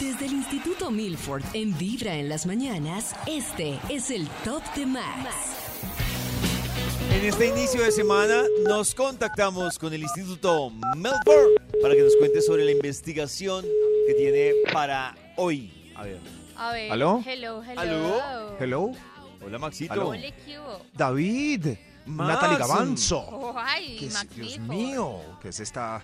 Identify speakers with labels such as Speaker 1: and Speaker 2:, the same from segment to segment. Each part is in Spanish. Speaker 1: Desde el Instituto Milford, en Vibra en las mañanas, este es el Top de Max.
Speaker 2: En este inicio de semana nos contactamos con el Instituto Melbourne para que nos cuente sobre la investigación que tiene para hoy. A ver.
Speaker 3: A ver.
Speaker 4: ¿Aló?
Speaker 3: Hello, hello.
Speaker 2: ¿Aló?
Speaker 4: Hello,
Speaker 2: Hola Maxito.
Speaker 4: Aló.
Speaker 3: Hola, ¿qué hubo?
Speaker 4: David,
Speaker 2: Max.
Speaker 4: Natalie Gavanzo.
Speaker 3: Oh, ay,
Speaker 4: ¿Qué es, Dios
Speaker 3: magnífico.
Speaker 4: mío, que es esta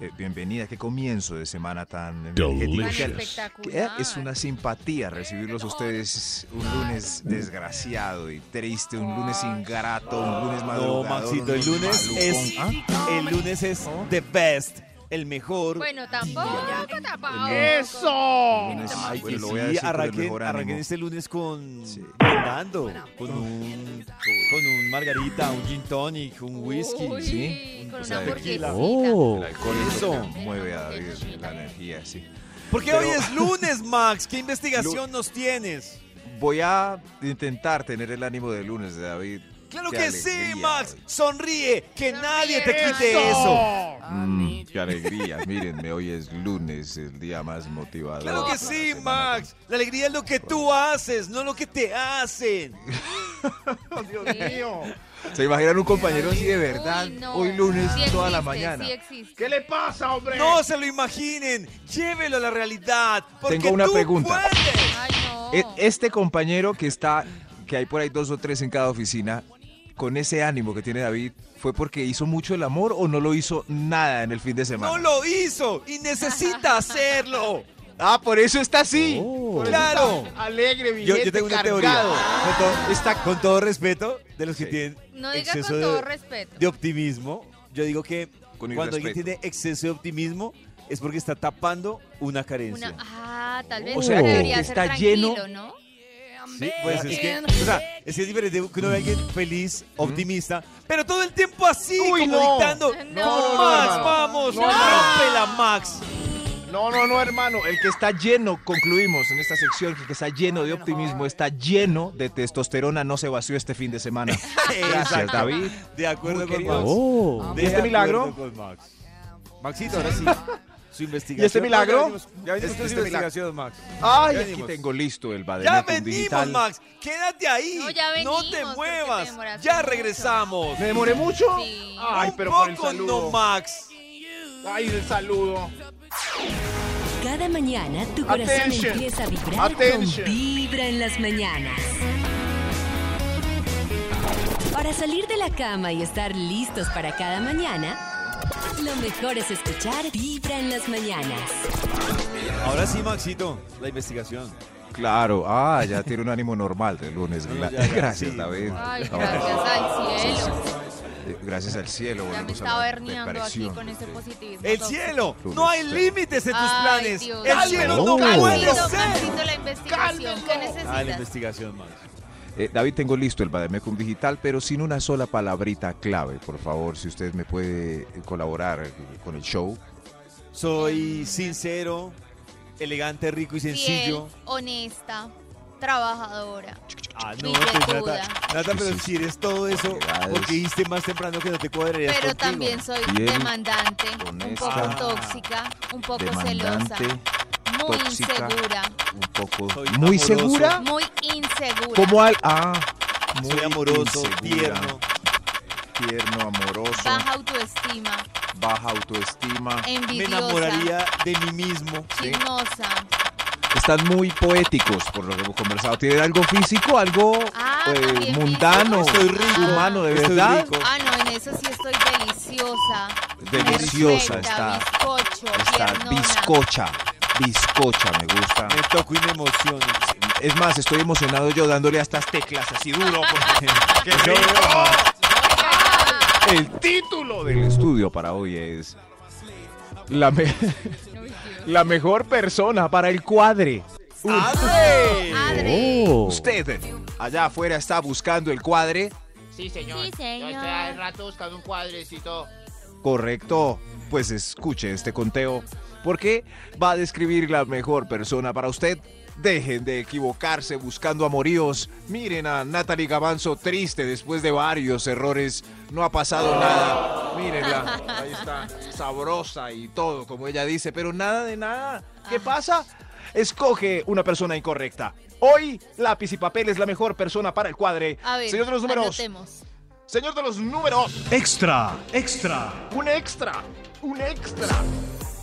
Speaker 4: eh, bienvenida, qué comienzo de semana tan
Speaker 3: Tan
Speaker 4: energética. Que
Speaker 3: espectacular.
Speaker 4: Es una simpatía recibirlos a ustedes un lunes desgraciado y triste, un lunes ingrato, un lunes
Speaker 2: No,
Speaker 4: madrugador.
Speaker 2: Maxito,
Speaker 4: un
Speaker 2: el lunes es
Speaker 4: malucón. ¿Ah?
Speaker 2: el lunes es the best, el mejor.
Speaker 3: Bueno, tampoco, tampoco.
Speaker 4: El
Speaker 2: Ay,
Speaker 4: lunes, bueno,
Speaker 2: que
Speaker 4: pues lo voy a
Speaker 2: sí,
Speaker 4: decir con el
Speaker 2: arranquen,
Speaker 4: mejor
Speaker 2: arranquen
Speaker 4: ánimo.
Speaker 2: este lunes con
Speaker 4: Sí.
Speaker 2: brindando, con un con un margarita, un gin tonic, un whisky.
Speaker 3: Uy,
Speaker 4: sí.
Speaker 3: Con
Speaker 4: O
Speaker 3: una
Speaker 4: sea, tequila. Oh.
Speaker 3: hamburguesita.
Speaker 4: El alcohol es
Speaker 2: Eso.
Speaker 4: lo que mueve a David, la energía, sí.
Speaker 2: Porque
Speaker 4: Pero-
Speaker 2: hoy es lunes, Max. ¿Qué investigación nos tienes?
Speaker 4: Voy a intentar tener el ánimo de lunes, David.
Speaker 2: Claro
Speaker 4: Qué
Speaker 2: que sí,
Speaker 4: alegría,
Speaker 2: Max.
Speaker 4: David.
Speaker 2: Sonríe, que
Speaker 3: Sonríe,
Speaker 2: nadie te
Speaker 3: Max.
Speaker 2: quite eso.
Speaker 4: Mm, qué alegría. Mírenme, hoy es lunes, el día más motivador.
Speaker 2: Claro que sí,
Speaker 4: de la semana.
Speaker 2: Max. La alegría es lo que tú haces, no lo que te hacen.
Speaker 4: ¿Se imaginan un compañero así de
Speaker 3: Uy,
Speaker 4: verdad?
Speaker 3: no.
Speaker 4: Hoy lunes,
Speaker 3: Sí
Speaker 4: toda la
Speaker 3: existe,
Speaker 4: mañana.
Speaker 3: Sí existe.
Speaker 5: ¿Qué le pasa, hombre?
Speaker 2: No se lo imaginen. Llévelo a la realidad. Porque
Speaker 4: Tengo una
Speaker 2: tú
Speaker 4: pregunta.
Speaker 2: puedes.
Speaker 3: Ay, no.
Speaker 4: E- Este compañero que está, que hay por ahí dos o tres en cada oficina, con ese ánimo que tiene David, ¿fue porque hizo mucho el amor o no lo hizo nada en el fin de semana?
Speaker 2: No lo hizo y necesita hacerlo.
Speaker 4: Ah, por eso está así.
Speaker 5: Por eso
Speaker 2: Claro.
Speaker 5: está Alegre,
Speaker 2: Yo,
Speaker 5: billete
Speaker 2: yo tengo una
Speaker 5: cargado.
Speaker 2: teoría. Con todo, está- con todo respeto de los que
Speaker 4: Sí.
Speaker 2: tienen
Speaker 3: no diga con
Speaker 2: exceso
Speaker 3: todo
Speaker 2: de,
Speaker 3: respeto.
Speaker 2: de optimismo, yo digo que
Speaker 4: Con
Speaker 2: cuando alguien
Speaker 4: irrespeto.
Speaker 2: tiene exceso de optimismo es porque está tapando una carencia.
Speaker 3: Una, ah, tal vez
Speaker 4: O sea,
Speaker 3: uno
Speaker 4: que
Speaker 3: debería ser
Speaker 4: está
Speaker 3: tranquilo,
Speaker 4: lleno-
Speaker 3: ¿no?
Speaker 2: Sí, pues es que, o sea, es que es diferente que uno ve a alguien feliz, optimista, pero todo el tiempo así,
Speaker 5: Uy,
Speaker 2: como
Speaker 5: no.
Speaker 2: dictando,
Speaker 3: No,
Speaker 2: "Vamos,
Speaker 3: no,
Speaker 2: Max,
Speaker 5: hermano.
Speaker 2: vamos,
Speaker 5: No,
Speaker 2: rómpela, Max.
Speaker 5: No, no, no, hermano. El
Speaker 4: El que está lleno, concluimos en esta sección, que el que está lleno de optimismo, está lleno de testosterona, no se vació este fin de semana. Gracias,
Speaker 2: Exacto.
Speaker 4: David.
Speaker 2: De acuerdo con
Speaker 4: querido.
Speaker 2: Max. De
Speaker 4: ¿Y este
Speaker 2: acuerdo
Speaker 4: milagro?
Speaker 2: Ah, con Max. Maxito, ahora sí, su investigación.
Speaker 4: ¿Y este milagro?
Speaker 2: Ya venimos- Ya
Speaker 4: Este-
Speaker 2: venimos con su
Speaker 4: este milagro.
Speaker 2: investigación, Max.
Speaker 4: Ay,
Speaker 2: Ya
Speaker 4: aquí
Speaker 2: venimos.
Speaker 4: tengo listo el
Speaker 2: Ya
Speaker 4: Bademecum
Speaker 2: venimos,
Speaker 4: digital.
Speaker 2: Max. Quédate ahí.
Speaker 3: No, ya
Speaker 2: te
Speaker 3: venimos, porque te
Speaker 2: muevas.
Speaker 3: demoraste
Speaker 2: ya
Speaker 3: mucho.
Speaker 2: regresamos.
Speaker 5: ¿Me demoré mucho?
Speaker 3: Sí.
Speaker 5: Ay,
Speaker 2: Un
Speaker 5: pero por el
Speaker 2: poco no,
Speaker 5: saludo.
Speaker 2: Max.
Speaker 5: Ay, el saludo.
Speaker 1: Cada mañana tu corazón
Speaker 5: Attention.
Speaker 1: empieza a vibrar
Speaker 5: Attention.
Speaker 1: con Vibra en las mañanas. Para salir de la cama y estar listos para cada mañana, lo mejor es escuchar Vibra en las mañanas.
Speaker 2: Ahora sí, Maxito, la investigación.
Speaker 4: Claro, ah, ya tiene un ánimo normal del lunes.
Speaker 2: No, ya, ya,
Speaker 4: gracias,
Speaker 2: sí.
Speaker 4: David.
Speaker 3: Ay,
Speaker 4: No,
Speaker 3: gracias al cielo.
Speaker 4: eh, gracias al
Speaker 3: Ya
Speaker 4: cielo.
Speaker 3: me
Speaker 4: volvemos a
Speaker 3: estaba
Speaker 4: la
Speaker 3: herniando aquí
Speaker 4: depresión.
Speaker 3: con ese positivismo.
Speaker 2: El cielo, no hay límites en tus
Speaker 3: Ay,
Speaker 2: planes.
Speaker 3: Dios.
Speaker 2: El cielo no
Speaker 4: Cálmelo,
Speaker 2: puede
Speaker 3: Maxito,
Speaker 2: ser.
Speaker 3: Maxito, la investigación. ¿Qué
Speaker 2: Ah, la
Speaker 3: necesitas?
Speaker 2: investigación, Max.
Speaker 4: Eh, David, tengo listo el Bademecum digital, pero sin una sola palabrita clave, por favor, si usted me puede eh, colaborar con el show.
Speaker 2: Soy sincero, elegante, rico y
Speaker 3: Fiel,
Speaker 2: sencillo.
Speaker 3: honesta, trabajadora.
Speaker 2: Ah, no, pues
Speaker 3: Billetuda.
Speaker 2: Nata, Nata, pero si eres todo eso,
Speaker 4: Gracias.
Speaker 2: porque hiciste más temprano que no te cuadrarías
Speaker 3: Pero
Speaker 2: contigo?
Speaker 3: también soy
Speaker 4: Fiel,
Speaker 3: demandante, un
Speaker 4: honesta,
Speaker 3: poco tóxica, un poco celosa,
Speaker 4: Demandante,
Speaker 3: muy
Speaker 4: tóxica,
Speaker 3: insegura,
Speaker 4: un poco.
Speaker 2: Soy
Speaker 4: ¿Muy
Speaker 2: amoroso.
Speaker 4: segura?
Speaker 3: muy insegura.
Speaker 4: Como al. Ah,
Speaker 2: Soy
Speaker 4: muy
Speaker 2: amoroso,
Speaker 4: insegura,
Speaker 2: tierno.
Speaker 4: Tierno, amoroso,
Speaker 3: Baja autoestima,
Speaker 4: baja autoestima.
Speaker 2: Me
Speaker 3: envidiosa,
Speaker 2: enamoraría de mí mismo.
Speaker 3: chismosa.
Speaker 4: Están muy poéticos por lo que hemos conversado. Tienen algo físico, algo
Speaker 3: Ah,
Speaker 4: eh,
Speaker 3: también
Speaker 4: mundano,
Speaker 3: físico. Estoy rico.
Speaker 4: humano, de
Speaker 2: Estoy
Speaker 4: verdad.
Speaker 2: rico.
Speaker 3: Ah, no, en eso sí estoy deliciosa.
Speaker 4: Deliciosa
Speaker 3: perfecta,
Speaker 4: está,
Speaker 3: Bizcocho,
Speaker 4: está
Speaker 3: piernona.
Speaker 4: bizcocha, bizcocha me gusta.
Speaker 2: Me toco y me emociono.
Speaker 4: Es más, estoy emocionado yo dándole a estas teclas así duro. porque- ¡Qué rico! El título del estudio para hoy es La, me- la mejor persona para el cuadre.
Speaker 2: ¡Adre!
Speaker 3: Adri,
Speaker 4: Usted Allá afuera está buscando el cuadre.
Speaker 6: Sí, señor.
Speaker 3: Sí, señor.
Speaker 6: Yo estoy al rato buscando un cuadrecito.
Speaker 4: Correcto. Pues escuche este conteo, porque va a describir la mejor persona para usted. Dejen de equivocarse buscando amoríos. Miren a Natalie Gavanzo triste después de varios errores. No ha pasado nada. Mírenla. Ahí está. Sabrosa y todo, como ella dice. Pero nada de nada.
Speaker 3: Ah.
Speaker 4: ¿Qué pasa? Escoge una persona incorrecta. Hoy, lápiz y papel es la mejor persona para el cuadre.
Speaker 3: A ver,
Speaker 4: Señor de los números.
Speaker 3: anotemos.
Speaker 5: Señor de los números,
Speaker 7: Extra, extra.
Speaker 5: un extra, un extra.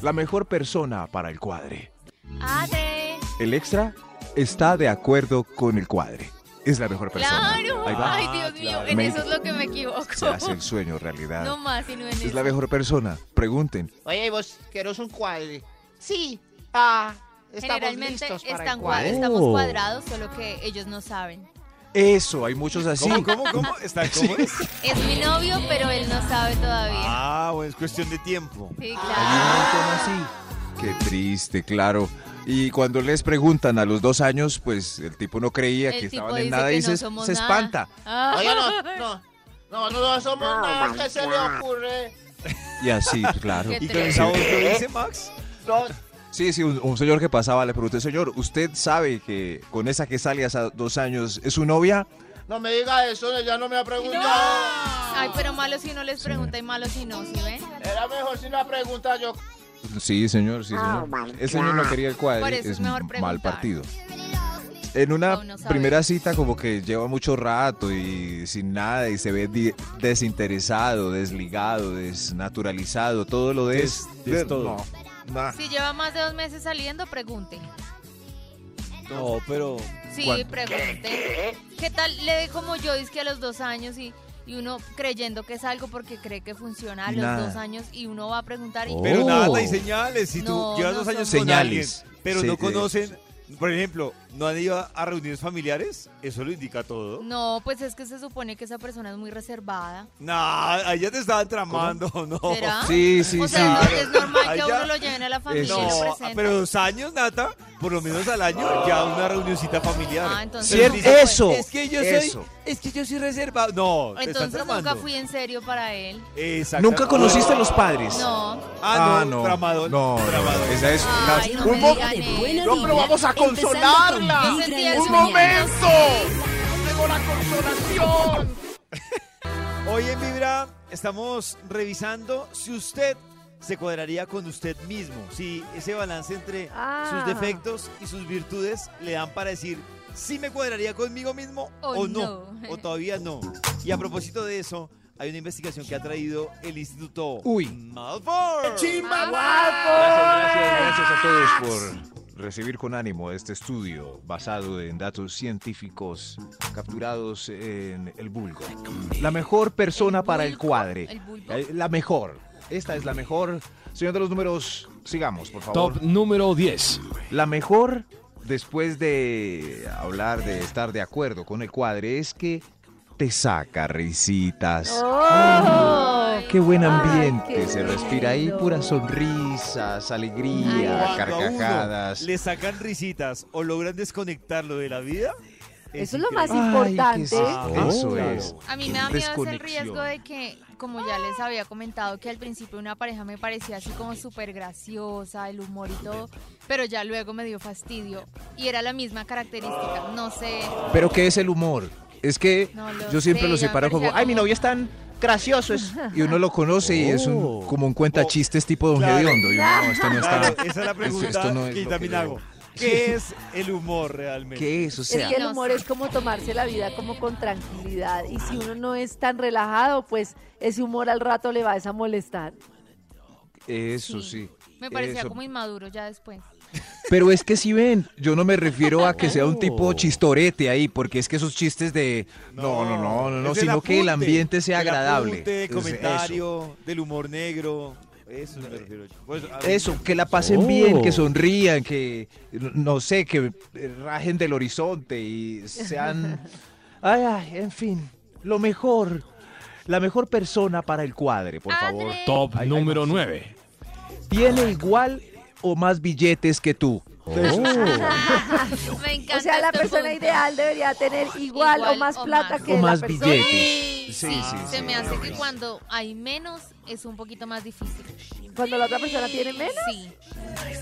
Speaker 4: La mejor persona para el cuadre.
Speaker 3: Ade.
Speaker 4: El extra está de acuerdo con el cuadre. Es la mejor persona.
Speaker 3: Claro.
Speaker 4: Ahí va.
Speaker 3: Ay, Dios mío,
Speaker 4: claro.
Speaker 3: en
Speaker 4: Me-
Speaker 3: eso es lo que me equivoco.
Speaker 4: Se hace el sueño realidad.
Speaker 3: No más, sino en
Speaker 4: es
Speaker 3: eso.
Speaker 4: la mejor persona. Pregunten.
Speaker 6: Oye, ¿y vos querés un cuadre? Sí. Ah, estamos
Speaker 3: Generalmente
Speaker 6: listos para
Speaker 3: están
Speaker 6: el
Speaker 3: cua-
Speaker 6: cuadre.
Speaker 3: estamos
Speaker 4: Oh.
Speaker 3: cuadrados, solo que ellos no saben.
Speaker 4: Eso, hay muchos así.
Speaker 2: ¿Cómo, cómo, cómo? ¿Está cómo es?
Speaker 3: Es mi novio, pero él no sabe todavía.
Speaker 2: Ah, bueno, es cuestión de tiempo.
Speaker 4: Ah.
Speaker 3: Sí,
Speaker 4: Hay un
Speaker 3: claro.
Speaker 4: montón así. Qué triste, claro. Y cuando les preguntan a los dos años, pues el tipo no creía que
Speaker 3: El tipo
Speaker 4: estaban en
Speaker 3: dice
Speaker 4: nada
Speaker 3: que
Speaker 4: y
Speaker 3: no
Speaker 4: se,
Speaker 3: somos
Speaker 4: se
Speaker 3: nada.
Speaker 4: espanta.
Speaker 3: Ah.
Speaker 6: Oye, no, no. No, no somos nada. ¿Qué se le ocurre?
Speaker 4: Y así, claro.
Speaker 3: Qué
Speaker 2: ¿Y con
Speaker 3: triste.
Speaker 2: esa voz lo dice Max?
Speaker 6: No,
Speaker 4: Sí, sí, un, un señor que pasaba le pregunté, señor, ¿usted sabe que con esa que sale hace dos años es su novia?
Speaker 6: no me diga eso, ya no me ha preguntado.
Speaker 3: Ay, pero malo si no les pregunta y malo si no, ¿sí ven?
Speaker 6: Era mejor si la pregunta yo.
Speaker 4: Sí, señor, sí, señor. El señor no quería el
Speaker 3: Ah,
Speaker 4: cuadro,
Speaker 3: Por eso
Speaker 4: es,
Speaker 3: es mejor
Speaker 4: un mal
Speaker 3: preguntar.
Speaker 4: partido. En una
Speaker 3: Aún no sabe.
Speaker 4: primera cita como que lleva mucho rato y sin nada y se ve di- desinteresado, desligado, desnaturalizado, todo lo de
Speaker 7: Des- des todo.
Speaker 4: No, nah.
Speaker 3: Si lleva más de dos meses saliendo, pregunten.
Speaker 2: No, pero...
Speaker 3: Sí,
Speaker 4: ¿Cuánto?
Speaker 3: pregunten. ¿Qué, tal le dejo como yo, es que a los dos años y, y uno creyendo que es algo porque cree que funciona a
Speaker 4: Y
Speaker 3: los
Speaker 4: nada.
Speaker 3: dos años y uno va a preguntar y...
Speaker 2: Pero
Speaker 4: Oh.
Speaker 2: nada, hay señales. Si
Speaker 3: No,
Speaker 2: tú llevas
Speaker 3: no
Speaker 2: dos años
Speaker 3: son
Speaker 2: con
Speaker 4: señales.
Speaker 2: alguien, pero
Speaker 4: Sí,
Speaker 2: no
Speaker 4: eh,
Speaker 2: conocen... Por ejemplo, ¿no han ido a- a reuniones familiares? Eso lo indica todo.
Speaker 3: No, pues es que se supone que esa persona es muy reservada.
Speaker 2: Nah, ahí ya te estaban tramando, ¿no?
Speaker 3: ¿Será?
Speaker 4: Sí, sí,
Speaker 3: o
Speaker 4: sí.
Speaker 3: sea, no, es normal que a
Speaker 2: Allá-
Speaker 3: uno lo lleven a la familia y
Speaker 4: Eso.
Speaker 3: lo
Speaker 2: No, ah,
Speaker 3: presenten.
Speaker 2: pero dos años, Nata, por lo menos al año, ya una reunioncita familiar.
Speaker 3: Ah, entonces
Speaker 2: Pero
Speaker 4: Cierto,
Speaker 3: nunca fue.
Speaker 4: eso.
Speaker 2: Es que yo
Speaker 4: Eso.
Speaker 2: soy, es que yo soy reservado. No, te están
Speaker 3: Entonces
Speaker 2: tramando.
Speaker 3: nunca fui en serio para él.
Speaker 2: Exacto.
Speaker 4: ¿Nunca conociste a los padres?
Speaker 3: No.
Speaker 2: Ah, no, tramador.
Speaker 4: No, no,
Speaker 2: tramador.
Speaker 4: esa es... la-
Speaker 3: Ay, no
Speaker 1: Un
Speaker 3: me
Speaker 1: mo-
Speaker 3: digan
Speaker 1: de
Speaker 3: eso.
Speaker 1: buena
Speaker 5: No, pero
Speaker 1: vibra,
Speaker 5: vamos a
Speaker 1: empezando con
Speaker 5: consolarla.
Speaker 1: vibra
Speaker 3: Yo sentí
Speaker 1: en las
Speaker 3: eso
Speaker 5: ¡Un
Speaker 1: mañanas.
Speaker 5: momento! ¡Llegó la consolación!
Speaker 2: Hoy en Vibra estamos revisando si usted se cuadraría con usted mismo. Si ese balance entre
Speaker 3: Ah.
Speaker 2: sus defectos y sus virtudes le dan para decir si me cuadraría conmigo mismo
Speaker 3: O
Speaker 2: o no,
Speaker 3: no.
Speaker 2: o todavía no. Y a propósito de eso, hay una investigación que ha traído el Instituto
Speaker 4: Uy.
Speaker 2: Malfour.
Speaker 3: Ah.
Speaker 4: Gracias, gracias, gracias a todos por recibir con ánimo este estudio basado en datos científicos capturados en el vulgo. La mejor persona
Speaker 3: El
Speaker 4: para el
Speaker 3: vulgo,
Speaker 4: cuadre.
Speaker 3: el vulgo.
Speaker 4: Eh, La mejor. Esta es la mejor. Señor de los números, sigamos, por favor.
Speaker 7: Top número 10.
Speaker 4: La mejor, después de hablar de estar de acuerdo con el cuadre, es que te saca risitas.
Speaker 3: Oh. Ay,
Speaker 4: Qué buen
Speaker 8: Ay,
Speaker 4: ambiente
Speaker 8: qué
Speaker 4: se respira ahí,
Speaker 8: lindo.
Speaker 4: puras sonrisas, alegría,
Speaker 3: Ay,
Speaker 2: Cuando a uno
Speaker 4: carcajadas.
Speaker 2: le sacan risitas o logran desconectarlo de la vida.
Speaker 8: Eso es lo más
Speaker 2: increíble.
Speaker 8: importante.
Speaker 4: Ay, qué
Speaker 2: Ah,
Speaker 4: eso
Speaker 2: claro.
Speaker 4: es.
Speaker 3: A mí
Speaker 4: Qué
Speaker 3: me da miedo ese
Speaker 4: desconexión.
Speaker 3: riesgo de que, como ya les había comentado, que al principio una pareja me parecía así como súper graciosa, el humor y todo, pero ya luego me dio fastidio y era la misma característica. No sé,
Speaker 4: Pero ¿qué es el humor? Es que
Speaker 3: No lo
Speaker 4: yo siempre
Speaker 3: sé,
Speaker 4: lo
Speaker 3: yo me
Speaker 4: separo como,
Speaker 3: parecía
Speaker 4: ay, mi
Speaker 3: como-
Speaker 4: novio es tan gracioso. es-". Y uno lo conoce y es un,
Speaker 2: Oh.
Speaker 4: como un cuenta chistes tipo Don
Speaker 2: Claro.
Speaker 4: Gediondo. Y uno, no, esto no está.
Speaker 2: Claro, esa es la
Speaker 4: esto-
Speaker 2: pregunta
Speaker 4: esto no es
Speaker 2: que
Speaker 4: lo
Speaker 2: también
Speaker 4: yo-
Speaker 2: hago. ¿Qué es el humor realmente?
Speaker 4: ¿Qué es? O
Speaker 8: Es
Speaker 4: sea,
Speaker 8: que el
Speaker 3: No
Speaker 8: humor
Speaker 3: sé.
Speaker 8: es como tomarse la vida como con tranquilidad y si uno no es tan relajado, pues ese humor al rato le va a molestar.
Speaker 4: eso sí.
Speaker 3: Sí. me parecía
Speaker 4: eso.
Speaker 3: como inmaduro ya después.
Speaker 4: Pero es que si ven, yo no me refiero a que sea un tipo chistorete ahí, porque es que esos chistes de no, no, no, no, no,
Speaker 2: es del
Speaker 4: sino que el
Speaker 2: apunte,
Speaker 4: ambiente sea
Speaker 2: del
Speaker 4: agradable.
Speaker 2: apunte,
Speaker 4: Es- eso.
Speaker 2: comentario, del humor negro. Eso me refiero yo. Pues, a ver,
Speaker 4: Eso, que la pasen bien, que sonrían, que no sé, que eh, rajen del horizonte y sean. Ay, ay, en fin, lo mejor, la mejor persona para el cuadre, por favor.
Speaker 3: André.
Speaker 7: Top
Speaker 4: Ay, ay,
Speaker 7: número
Speaker 4: más.
Speaker 7: 9.
Speaker 4: Tiene igual o más billetes que tú.
Speaker 7: Oh.
Speaker 3: Me encanta.
Speaker 8: O sea, la
Speaker 3: este
Speaker 8: persona
Speaker 3: punto.
Speaker 8: ideal debería tener igual, o
Speaker 3: Igual
Speaker 8: más
Speaker 3: o
Speaker 8: plata
Speaker 3: más.
Speaker 8: que
Speaker 7: O
Speaker 8: la
Speaker 7: más
Speaker 8: persona.
Speaker 7: billetes.
Speaker 3: Sí,
Speaker 4: Sí, sí,
Speaker 3: se
Speaker 4: sí.
Speaker 3: me hace que cuando hay menos es un poquito más difícil.
Speaker 8: Cuando la otra persona tiene menos,
Speaker 3: Sí,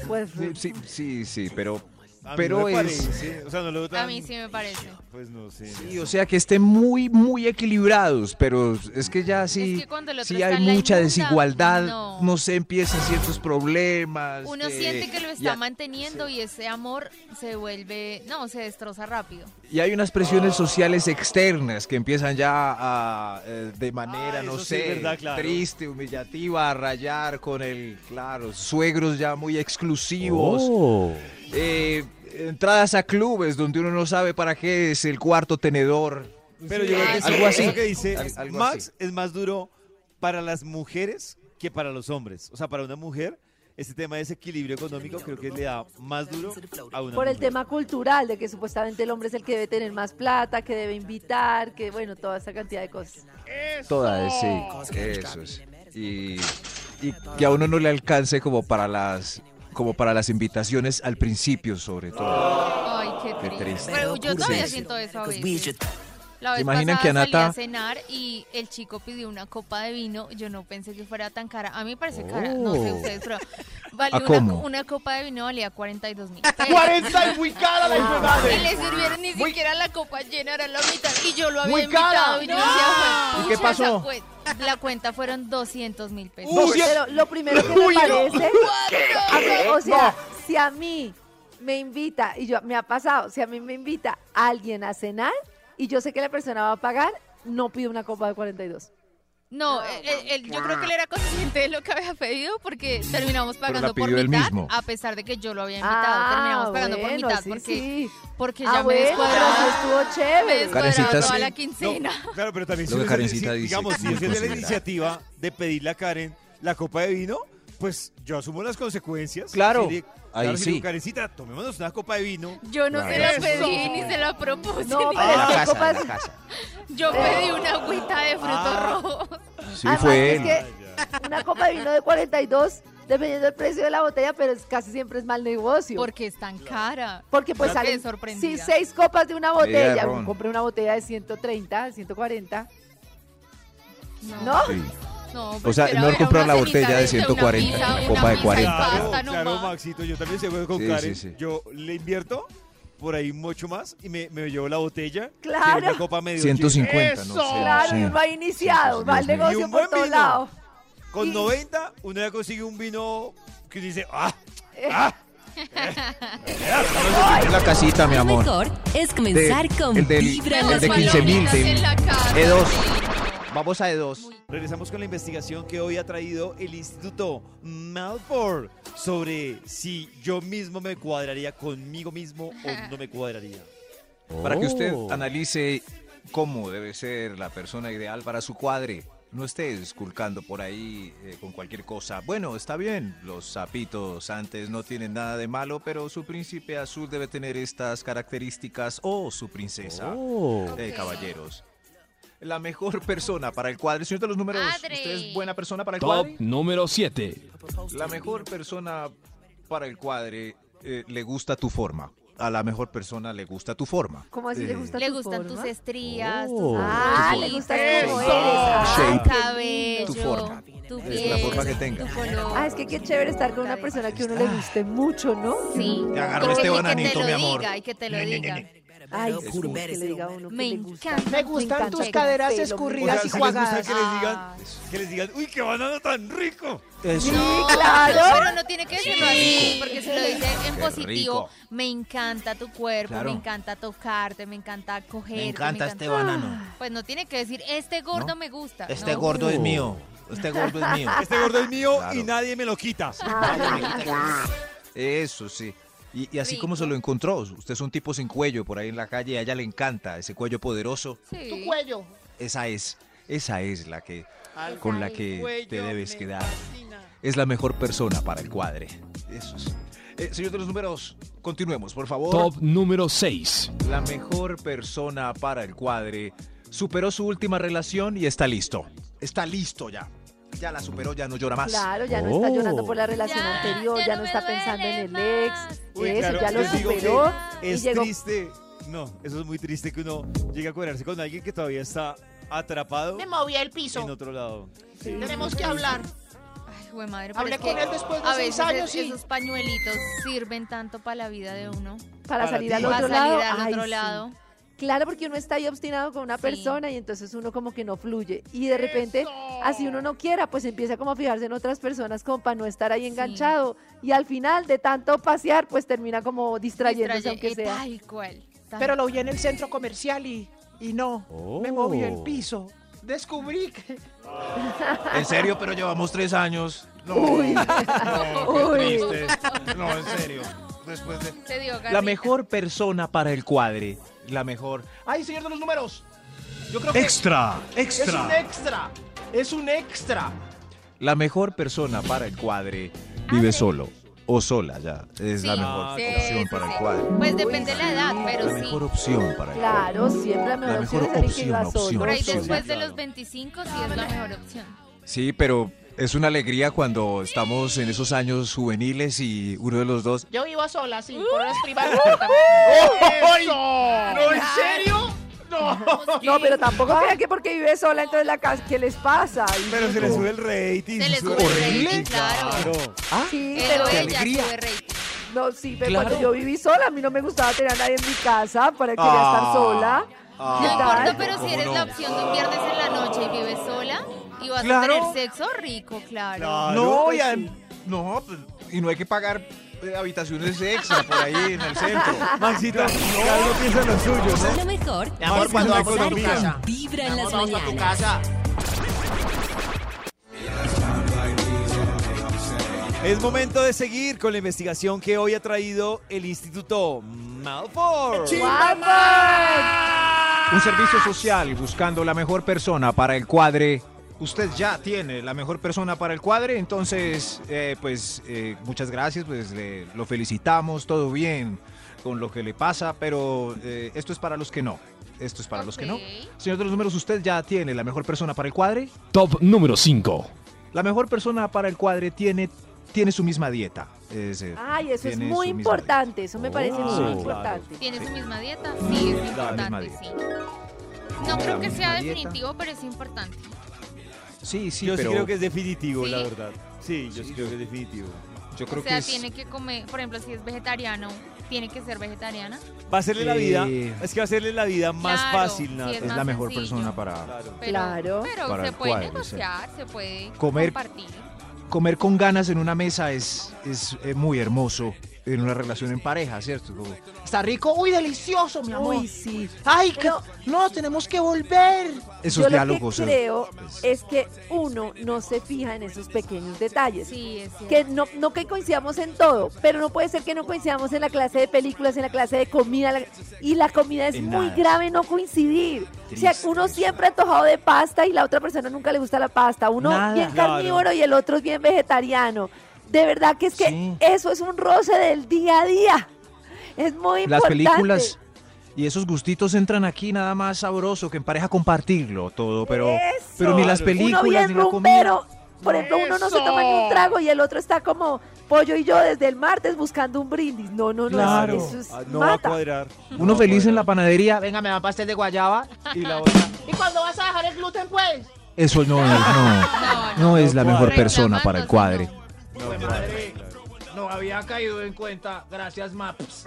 Speaker 8: pues
Speaker 4: Sí, sí, sí, sí, pero...
Speaker 2: A mí
Speaker 4: Pero
Speaker 2: no me
Speaker 4: es-
Speaker 2: parece, O sea, no lo veo
Speaker 3: a
Speaker 2: tan-
Speaker 3: mí sí me parece.
Speaker 2: Pues no sé.
Speaker 4: sí, o sea, que estén muy, muy equilibrados, pero es que ya sí,
Speaker 3: Es que cuando el otro
Speaker 4: sí
Speaker 3: está
Speaker 4: hay
Speaker 3: en la
Speaker 4: mucha
Speaker 3: inmunda,
Speaker 4: desigualdad,
Speaker 3: no.
Speaker 4: no. se empiezan ciertos problemas.
Speaker 3: Uno
Speaker 4: eh,
Speaker 3: siente que lo
Speaker 4: y
Speaker 3: está
Speaker 4: a-
Speaker 3: manteniendo y ese amor se vuelve, no, se destroza rápido.
Speaker 4: Y hay unas presiones sociales externas que empiezan ya a, eh, de manera,
Speaker 2: Ah,
Speaker 4: no
Speaker 2: eso sí es
Speaker 4: sé,
Speaker 2: verdad, claro.
Speaker 4: triste, humillativa, a rayar con el, claro, suegros ya muy exclusivos.
Speaker 2: Oh.
Speaker 4: eh, entradas a clubes donde uno no sabe para qué es el cuarto tenedor.
Speaker 2: Pero yo creo que
Speaker 3: Algo
Speaker 2: sí,
Speaker 4: así.
Speaker 2: eso que dice
Speaker 4: Al- algo
Speaker 2: Max
Speaker 4: así.
Speaker 2: es más duro para las mujeres que para los hombres. O sea, para una mujer, este tema de ese equilibrio económico creo que le da más duro a una
Speaker 8: por el
Speaker 2: mujer.
Speaker 8: tema cultural de que supuestamente el hombre es el que debe tener más plata, que debe invitar, que bueno, toda esa cantidad de cosas.
Speaker 4: Toda es, sí, eso es. Y, y que a uno no le alcance como para las como para las invitaciones al principio sobre todo.
Speaker 3: Ay, qué
Speaker 4: Qué
Speaker 3: triste.
Speaker 4: triste.
Speaker 3: Pero yo todavía
Speaker 4: Sí.
Speaker 3: siento eso a veces. La
Speaker 4: ¿Se
Speaker 3: vez
Speaker 4: imaginan
Speaker 3: pasada
Speaker 4: que a
Speaker 3: salí a
Speaker 4: Nata-
Speaker 3: cenar y el chico pidió una copa de vino. Yo no pensé que fuera tan cara. A mí me parece cara, no sé
Speaker 4: Oh.
Speaker 3: ustedes, pero valió
Speaker 4: ¿A
Speaker 3: una,
Speaker 4: cómo?
Speaker 3: una copa de vino valía 42 mil.
Speaker 5: ¡40 y muy cara la
Speaker 3: Y
Speaker 5: hijuemadre!
Speaker 3: le sirvieron ni siquiera la copa llena, era la mitad. Y yo lo había
Speaker 5: Muy
Speaker 3: invitado.
Speaker 5: cara.
Speaker 3: Y yo decía,
Speaker 4: ¿Y
Speaker 3: "Juepucha,
Speaker 4: qué
Speaker 3: esa
Speaker 4: pasó?
Speaker 3: cuen- la cuenta fueron 200 mil pesos.
Speaker 8: Pero lo primero que me parece, a mí, o sea, si a mí me invita, y yo me ha pasado, si a mí me invita alguien a cenar y yo sé que la persona va a pagar, no pido una copa de 42.
Speaker 3: No, eh, eh, él- yo creo que él era consciente de lo que había pedido porque terminamos
Speaker 4: la
Speaker 3: pagando por
Speaker 4: pidió él
Speaker 3: mitad,
Speaker 4: mismo.
Speaker 3: a pesar de que yo lo había invitado. terminamos pagando por
Speaker 8: Ah, bueno,
Speaker 3: mitad
Speaker 8: sí,
Speaker 3: porque,
Speaker 8: sí.
Speaker 3: porque
Speaker 8: Ah,
Speaker 3: ya
Speaker 8: bueno,
Speaker 3: me
Speaker 8: pero sí
Speaker 3: descuadraba,
Speaker 8: estuvo
Speaker 3: me
Speaker 8: chévere.
Speaker 3: descuadraba
Speaker 4: Karencita,
Speaker 3: toda
Speaker 4: sí.
Speaker 3: la quincena.
Speaker 2: No, claro, pero también
Speaker 4: Lo
Speaker 2: si
Speaker 4: que
Speaker 2: uno-
Speaker 4: Karencita
Speaker 2: si-
Speaker 4: dice,
Speaker 2: digamos, si
Speaker 4: muy
Speaker 2: usted tiene la
Speaker 4: considerada.
Speaker 2: iniciativa de pedirle a Karen la copa de vino, pues yo asumo las consecuencias.
Speaker 4: Claro,
Speaker 2: Si le-
Speaker 4: ahí
Speaker 2: claro, si le digo,
Speaker 4: sí.
Speaker 2: Karencita, tomémonos una copa de vino.
Speaker 3: Yo no se la pedí ni se la propuse.
Speaker 8: No,
Speaker 3: ni
Speaker 8: pero es
Speaker 3: nada.
Speaker 8: que hay copas
Speaker 3: Yo pedí una agüita de frutos
Speaker 4: Ah.
Speaker 3: rojos.
Speaker 4: Sí
Speaker 8: Además,
Speaker 4: fue
Speaker 8: es
Speaker 4: él.
Speaker 8: que una copa de vino de 42, dependiendo del precio de la botella, pero es, casi siempre es mal negocio.
Speaker 3: Porque es tan cara.
Speaker 8: porque pues
Speaker 3: Quedé
Speaker 8: salen sí,
Speaker 3: sorprendida.
Speaker 8: seis copas de una
Speaker 4: Media de
Speaker 8: botella.
Speaker 4: ron.
Speaker 8: Uno compra una botella de 130, 140,
Speaker 3: No.
Speaker 8: ¿no?
Speaker 4: Sí.
Speaker 3: No,
Speaker 4: O sea,
Speaker 3: prefiero
Speaker 4: mejor
Speaker 3: haber
Speaker 4: comprar la
Speaker 3: una
Speaker 4: botella de
Speaker 3: cenita, una
Speaker 4: 140,
Speaker 3: pizza,
Speaker 4: una
Speaker 3: una
Speaker 4: copa de
Speaker 3: pizza y
Speaker 4: 40.
Speaker 3: pasta nomás.
Speaker 2: claro, Maxito, yo también se juego con
Speaker 4: Sí,
Speaker 2: Karen.
Speaker 4: sí, sí.
Speaker 2: Yo le invierto por ahí mucho más y me, me llevo la botella.
Speaker 8: Claro.
Speaker 2: tiene Una copa medio llena.
Speaker 4: 150, no sé.
Speaker 5: Eso.
Speaker 8: Claro,
Speaker 4: sí.
Speaker 8: y uno ha iniciado,
Speaker 4: Sí, sí,
Speaker 8: mal
Speaker 4: sí, sí.
Speaker 2: Y
Speaker 8: negocio
Speaker 2: un
Speaker 8: por
Speaker 2: buen
Speaker 8: todos
Speaker 2: vino.
Speaker 8: lados.
Speaker 2: Con
Speaker 8: Y-
Speaker 2: 90, uno ya consigue un vino que dice, ¡ah! ¡ah!
Speaker 4: La casita, mi
Speaker 1: Lo
Speaker 4: amor.
Speaker 1: mejor es comenzar
Speaker 4: De-
Speaker 1: con
Speaker 4: el del-
Speaker 1: Vibra
Speaker 4: el
Speaker 1: en las
Speaker 4: de
Speaker 1: mañanas.
Speaker 4: 15.000 del-
Speaker 3: En la casa,
Speaker 4: E2.
Speaker 3: sí.
Speaker 4: Vamos a E2.
Speaker 2: Regresamos con la investigación que hoy ha traído el Instituto Malford sobre si yo mismo me cuadraría conmigo mismo o no me cuadraría.
Speaker 4: Para que usted analice cómo debe ser la persona ideal para su cuadre. No esté esculcando por ahí eh, con cualquier cosa. Bueno, está bien, los sapitos antes no tienen nada de malo, pero su príncipe azul debe tener estas características o su princesa. Eh,
Speaker 3: Ok.
Speaker 4: caballeros. La mejor persona para el cuadre. Señor de los números,
Speaker 3: Padre.
Speaker 4: ¿usted es buena persona para el
Speaker 7: Top
Speaker 4: cuadre?
Speaker 7: número 7.
Speaker 4: La mejor persona para el cuadre eh, le gusta tu forma. A la mejor persona le gusta tu forma.
Speaker 8: ¿Cómo así le
Speaker 4: Eh,
Speaker 8: gusta
Speaker 3: Le
Speaker 8: tu
Speaker 3: gustan
Speaker 8: forma?
Speaker 3: tus estrías,
Speaker 7: Oh.
Speaker 3: tus
Speaker 8: Ah, le
Speaker 3: arruguitas,
Speaker 8: gusta
Speaker 5: Eso.
Speaker 8: cómo eres. Ay,
Speaker 4: Shape.
Speaker 3: Ah, cabello,
Speaker 4: Tu forma.
Speaker 3: tu
Speaker 4: Es la
Speaker 3: piel,
Speaker 4: forma que tenga.
Speaker 3: tu color.
Speaker 8: Ah, es que qué chévere estar con una persona que a uno le guste mucho, ¿no?
Speaker 3: Sí.
Speaker 4: Te agarro
Speaker 3: Y que-
Speaker 4: este
Speaker 3: y que
Speaker 4: bananito,
Speaker 3: te lo
Speaker 4: mi amor.
Speaker 3: Diga, y que te lo diga.
Speaker 8: Ay, sí, que le diga a uno que
Speaker 3: Me
Speaker 8: le gusta.
Speaker 3: encanta.
Speaker 6: Me gustan
Speaker 8: encanta
Speaker 6: tus
Speaker 8: tu
Speaker 6: caderas
Speaker 8: pelo, me
Speaker 6: escurridas
Speaker 8: gusta.
Speaker 6: y
Speaker 2: si les
Speaker 6: juagadas.
Speaker 2: gusta que les digan,
Speaker 3: Ay.
Speaker 2: que les digan, ¡uy, qué banana tan rico!
Speaker 4: Eso.
Speaker 8: Sí, claro.
Speaker 3: Pero no tiene que decirlo así, porque si lo dice en
Speaker 4: Qué
Speaker 3: positivo,
Speaker 4: rico.
Speaker 3: me encanta tu cuerpo,
Speaker 4: Claro. este
Speaker 3: me encanta tocarte, me encanta coger.
Speaker 4: banano.
Speaker 3: Pues no tiene que decir, este gordo me gusta. Ah, ¿no?
Speaker 4: gordo es mío. Este gordo es mío.
Speaker 2: Este gordo es mío
Speaker 4: Claro.
Speaker 2: y nadie me lo quita.
Speaker 4: Eso sí. Y, y así
Speaker 3: Rico.
Speaker 4: como se lo encontró. Usted es un tipo sin cuello por ahí en la calle. A ella le encanta ese cuello poderoso.
Speaker 6: Tu
Speaker 3: Sí.
Speaker 6: cuello.
Speaker 4: Esa es. Esa es la que con la que te
Speaker 6: Cuello
Speaker 4: debes
Speaker 6: me
Speaker 4: quedar.
Speaker 6: fascina.
Speaker 4: Es la mejor persona para el cuadre. Eso es. Eh, señor de los números, continuemos, por favor.
Speaker 7: Top número 6.
Speaker 4: La mejor persona para el cuadre superó su última relación y está listo. Está listo ya. ya la superó, ya no llora más.
Speaker 8: Claro, ya no
Speaker 4: Oh.
Speaker 8: está llorando por la relación
Speaker 3: Ya,
Speaker 8: anterior,
Speaker 3: ya
Speaker 8: ya,
Speaker 3: no
Speaker 8: no
Speaker 3: me
Speaker 8: está pensando en el
Speaker 3: duele
Speaker 8: ex,
Speaker 3: más.
Speaker 2: Uy,
Speaker 8: eso,
Speaker 2: claro,
Speaker 8: ya lo
Speaker 2: les digo que
Speaker 8: superó y
Speaker 2: Es
Speaker 8: llegó.
Speaker 2: triste. No, eso es muy triste que uno llegue a cuadrarse con alguien que todavía está atrapado
Speaker 6: Me moví al
Speaker 2: en
Speaker 6: piso.
Speaker 2: otro lado.
Speaker 6: Tenemos que hablar.
Speaker 3: Ay, güey, madre, pero
Speaker 6: Hablé
Speaker 3: es
Speaker 6: con
Speaker 3: que
Speaker 6: él después de
Speaker 3: a
Speaker 6: seis
Speaker 3: veces
Speaker 6: años
Speaker 3: es-
Speaker 6: y
Speaker 3: esos pañuelitos sirven tanto para la vida de uno,
Speaker 8: Para,
Speaker 2: para
Speaker 8: salir
Speaker 2: ti.
Speaker 8: al
Speaker 3: para
Speaker 8: otro
Speaker 3: salir
Speaker 8: lado.
Speaker 3: al
Speaker 8: ay,
Speaker 3: otro
Speaker 8: sí.
Speaker 3: lado.
Speaker 8: Claro, porque uno está ahí obstinado con una
Speaker 3: Sí.
Speaker 8: persona y entonces uno como que no fluye. Y de repente, así uno no quiera, pues empieza como a fijarse en otras personas como para no estar ahí enganchado. Y al final, de tanto pasear, pues termina como distrayéndose
Speaker 3: Distraye-
Speaker 8: aunque
Speaker 3: eh,
Speaker 8: sea.
Speaker 3: Tal cual. tal
Speaker 6: Pero lo vi en el centro comercial y, y no.
Speaker 4: Oh.
Speaker 6: Me moví al piso. Descubrí que
Speaker 4: En serio, pero llevamos tres años. No,
Speaker 8: Uy.
Speaker 4: no, qué
Speaker 8: Uy.
Speaker 4: triste. No, en serio. Después de...
Speaker 3: Te dio
Speaker 4: La
Speaker 3: garrita.
Speaker 4: mejor persona para el cuadre. La mejor.
Speaker 6: ¡Ay, señor de los números! Yo creo que
Speaker 7: Extra,
Speaker 6: es un
Speaker 7: extra.
Speaker 6: extra. Es un extra.
Speaker 4: La mejor persona para el cuadre vive solo o sola ya. Es la
Speaker 3: Ah, Sí,
Speaker 4: mejor
Speaker 3: sí,
Speaker 4: opción
Speaker 3: sí,
Speaker 4: para el
Speaker 3: sí.
Speaker 4: cuadre.
Speaker 3: Pues depende de la edad, pero
Speaker 4: La
Speaker 3: sí.
Speaker 4: mejor opción para el cuadre.
Speaker 8: Claro, siempre la mejor,
Speaker 4: La mejor
Speaker 8: opción es alguien que
Speaker 4: opción,
Speaker 8: iba
Speaker 4: opción,
Speaker 8: solo.
Speaker 3: Por ahí
Speaker 4: opción.
Speaker 3: después de los 25 sí es la mejor opción.
Speaker 4: Sí, pero es una alegría cuando estamos en esos años juveniles y uno de los dos.
Speaker 6: Yo vivo sola, sí, por horas privadas. Uh. Uh-huh. ¡No, en serio! ¡No!
Speaker 8: No, pero tampoco crean que porque vive sola, entonces la casa, ¿qué les pasa? Y-
Speaker 2: Pero se le sube el rating.
Speaker 3: Se le sube el
Speaker 4: ¿Horrible?
Speaker 3: rating, claro.
Speaker 8: sí,
Speaker 3: Pero
Speaker 8: pero
Speaker 4: qué
Speaker 3: ella
Speaker 4: alegría.
Speaker 3: sube rating.
Speaker 8: no, sí, pero
Speaker 4: ¿ah? Claro.
Speaker 8: cuando yo viví sola, a mí no me gustaba tener a nadie en mi casa para que quería
Speaker 4: Ah.
Speaker 8: estar sola.
Speaker 4: Ah.
Speaker 3: No
Speaker 8: ¿Qué
Speaker 3: importa,
Speaker 8: tal?
Speaker 3: pero si
Speaker 4: ¿Cómo
Speaker 3: eres
Speaker 4: no?
Speaker 3: la opción de un viernes en la noche y vives sola y vas
Speaker 4: Claro.
Speaker 3: a tener sexo rico, claro.
Speaker 4: No, y adem- no, pues, y no hay que pagar eh, habitaciones extra por ahí en el centro.
Speaker 2: Maxito, cada uno piensa en lo suyo, ¿no?
Speaker 1: Lo mejor
Speaker 6: Mi amor,
Speaker 1: es
Speaker 6: cuando vamos a
Speaker 1: comenzar
Speaker 6: tu
Speaker 1: con
Speaker 6: casa.
Speaker 1: Vibra en las
Speaker 6: Vamos a tu
Speaker 1: mañanas.
Speaker 6: casa.
Speaker 2: Es momento de seguir con la investigación que hoy ha traído el Instituto Malfour.
Speaker 4: Un servicio social buscando la mejor persona para el cuadre. Usted ya tiene la mejor persona para el cuadre, entonces, eh, pues, eh, muchas gracias, pues, le- lo felicitamos, todo bien con lo que le pasa, pero eh, esto es para los que no. Esto es para los que no.
Speaker 3: Ok.
Speaker 4: Señor de los números, ¿usted ya tiene la mejor persona para el cuadre?
Speaker 7: Top número 5.
Speaker 4: La mejor persona para el cuadre tiene, tiene su misma dieta. Es, eh,
Speaker 8: Ay, eso es
Speaker 4: tiene
Speaker 8: muy
Speaker 4: su misma
Speaker 8: importante, eso me parece
Speaker 4: Oh,
Speaker 8: muy
Speaker 4: claro.
Speaker 8: importante.
Speaker 3: ¿Tiene su misma dieta? Sí, es
Speaker 4: La misma
Speaker 3: importante,
Speaker 4: dieta.
Speaker 3: sí. No creo que
Speaker 4: misma
Speaker 3: sea
Speaker 4: dieta.
Speaker 3: definitivo, pero es importante.
Speaker 4: dieta. Sí, sí,
Speaker 2: yo
Speaker 4: pero
Speaker 2: sí creo que es definitivo,
Speaker 3: ¿Sí?
Speaker 2: la verdad. Sí, yo sí creo que es definitivo.
Speaker 4: yo creo
Speaker 3: o sea,
Speaker 4: que es-
Speaker 3: tiene que comer, por ejemplo, si es vegetariano, tiene que ser vegetariana.
Speaker 2: Va a hacerle la
Speaker 4: Sí.
Speaker 2: vida, es que va a hacerle la vida más
Speaker 3: Claro,
Speaker 2: fácil, Nata.
Speaker 3: sí es
Speaker 4: es la
Speaker 3: más
Speaker 4: mejor
Speaker 3: sencillo.
Speaker 4: persona para...
Speaker 2: Claro.
Speaker 3: Pero,
Speaker 8: Claro.
Speaker 3: pero
Speaker 4: Para
Speaker 3: se
Speaker 4: el
Speaker 3: puede
Speaker 4: cuadro, sí.
Speaker 3: negociar, se puede
Speaker 4: Comer-
Speaker 3: compartir.
Speaker 4: comer con ganas en una mesa es, es eh, muy hermoso en una relación en pareja, ¿cierto? Como,
Speaker 6: Está rico, uy, delicioso, mi amor.
Speaker 8: Uy, sí.
Speaker 6: Ay, que
Speaker 8: Pero-
Speaker 6: no, tenemos que volver.
Speaker 4: esos
Speaker 8: Yo
Speaker 4: diálogos.
Speaker 8: lo
Speaker 4: eh,
Speaker 8: que creo
Speaker 4: pues,
Speaker 8: es que uno no se fija en esos pequeños detalles.
Speaker 3: Sí, es cierto.
Speaker 8: Que no, no que coincidamos en todo, pero no puede ser que no coincidamos en la clase de películas, en la clase de comida. la- y la comida es
Speaker 4: En
Speaker 8: muy
Speaker 4: nada.
Speaker 8: grave no coincidir. o
Speaker 4: Triste
Speaker 8: sea, uno
Speaker 4: eso.
Speaker 8: siempre antojado de pasta y la otra persona nunca le gusta la pasta. Uno
Speaker 4: Nada.
Speaker 8: bien
Speaker 2: Claro.
Speaker 8: carnívoro y el otro es bien vegetariano. De verdad que es que
Speaker 4: Sí.
Speaker 8: eso es un roce del día a día. Es muy
Speaker 4: las
Speaker 8: importante.
Speaker 4: películas y esos gustitos entran aquí nada más sabroso que en pareja compartirlo todo, pero,
Speaker 8: Eso.
Speaker 4: pero ni las
Speaker 2: Uno
Speaker 4: películas
Speaker 8: uno bien
Speaker 4: ni la comida.
Speaker 8: rumbero. Por ejemplo, uno no se toma ni un
Speaker 6: ¡Eso!
Speaker 8: trago y el otro está como pollo y yo desde el martes buscando un brindis. No, no, no.
Speaker 4: Claro.
Speaker 8: Eso es
Speaker 2: Ah, no va a
Speaker 8: mata.
Speaker 2: cuadrar.
Speaker 4: Uno feliz en la panadería.
Speaker 6: Venga, me da pastel de guayaba. Y la otra. ¿Y cuándo vas a dejar el gluten, pues?
Speaker 4: Eso no es, no.
Speaker 3: No,
Speaker 4: No es la mejor persona
Speaker 3: Reclamando,
Speaker 4: para el
Speaker 3: sí,
Speaker 4: cuadre.
Speaker 3: no.
Speaker 6: Pues madre, no había caído en cuenta. Gracias, Maps.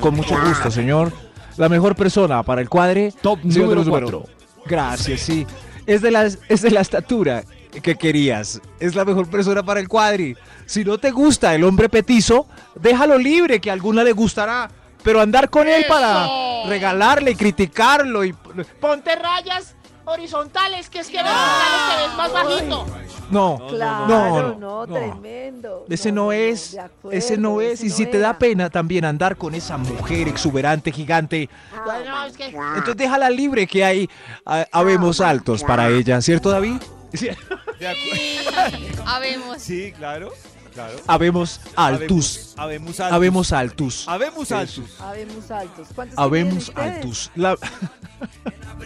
Speaker 4: Con mucho gusto, señor. La mejor persona para el cuadre.
Speaker 7: Top
Speaker 4: señor de
Speaker 7: número
Speaker 4: los números. Gracias, sí. Es de, las, es de la estatura que querías. Es la mejor persona para el cuadri. Si no te gusta el hombre petizo, déjalo libre, que a alguna le gustará. Pero andar con él para regalarle, y criticarlo y...
Speaker 6: Ponte rayas horizontales, que es que horizontales te ves más bajito.
Speaker 4: No,
Speaker 8: Claro,
Speaker 4: no,
Speaker 8: no,
Speaker 4: no, no.
Speaker 8: tremendo.
Speaker 4: Ese no es,
Speaker 8: de acuerdo,
Speaker 4: ese no es.
Speaker 8: ese
Speaker 4: Y
Speaker 8: no
Speaker 4: si te da
Speaker 8: era.
Speaker 4: pena también andar con esa mujer exuberante, gigante,
Speaker 8: Ah,
Speaker 4: pues,
Speaker 6: Bueno, es que.
Speaker 4: entonces déjala libre que hay ah, habemos altos para ella, ¿cierto David? Sí.
Speaker 2: De acu-
Speaker 3: Habemos.
Speaker 2: Sí, claro, claro.
Speaker 4: Habemos altus.
Speaker 2: Habemos altus.
Speaker 4: Habemos altus.
Speaker 2: Habemos
Speaker 4: Eso.
Speaker 2: altus.
Speaker 8: Habemos altos. ¿Cuántos
Speaker 4: Habemos
Speaker 8: tienen ustedes?
Speaker 4: altus. La,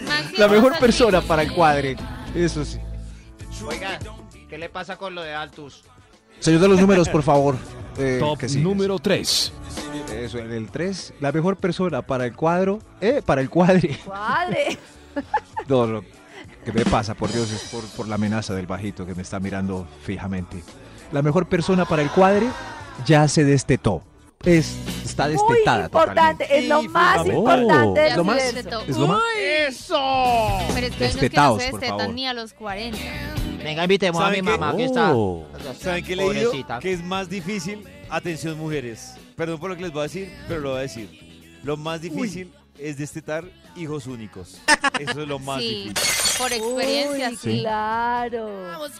Speaker 3: Maxi,
Speaker 4: la mejor
Speaker 3: vamos a-
Speaker 4: persona para el cuadre. Eso sí.
Speaker 6: Oiga, ¿Qué le pasa con lo de Altus?
Speaker 4: Señor de los números, por favor. Eh,
Speaker 7: Top
Speaker 4: que sí,
Speaker 7: número 3.
Speaker 4: eso. Eso, en el 3. La mejor persona para el cuadro. Eh, para el cuadre.
Speaker 8: Cuadre.
Speaker 4: No, lo que me pasa, por Dios, es por, por la amenaza del bajito que me está mirando fijamente. La mejor persona para el cuadre ya se destetó. Es, está
Speaker 8: Muy
Speaker 4: destetada. totalmente.
Speaker 8: importante. Es lo
Speaker 2: Sí,
Speaker 8: más
Speaker 2: fundamental.
Speaker 8: importante
Speaker 3: Ya
Speaker 8: del
Speaker 3: se
Speaker 4: ¿Lo más?
Speaker 8: universo.
Speaker 3: destetó.
Speaker 4: ¿Es lo más?
Speaker 6: ¡Eso!
Speaker 3: Pero es que hoy no es que no
Speaker 4: Despetaos,
Speaker 3: se
Speaker 4: por
Speaker 3: destetan
Speaker 4: favor.
Speaker 3: ni a los 40.
Speaker 6: Venga, invitemos a mi
Speaker 2: ¿Saben qué?
Speaker 6: mamá, que está.
Speaker 2: Oh. ¿Saben qué le digo?
Speaker 6: Pobrecita.
Speaker 2: Que es más difícil. Atención, mujeres. Perdón por lo que les voy a decir, pero lo voy a decir. Lo más difícil es destetar hijos únicos. Eso es lo más
Speaker 3: Sí,
Speaker 2: difícil.
Speaker 3: por experiencia,
Speaker 8: Uy,
Speaker 3: sí.
Speaker 8: Claro.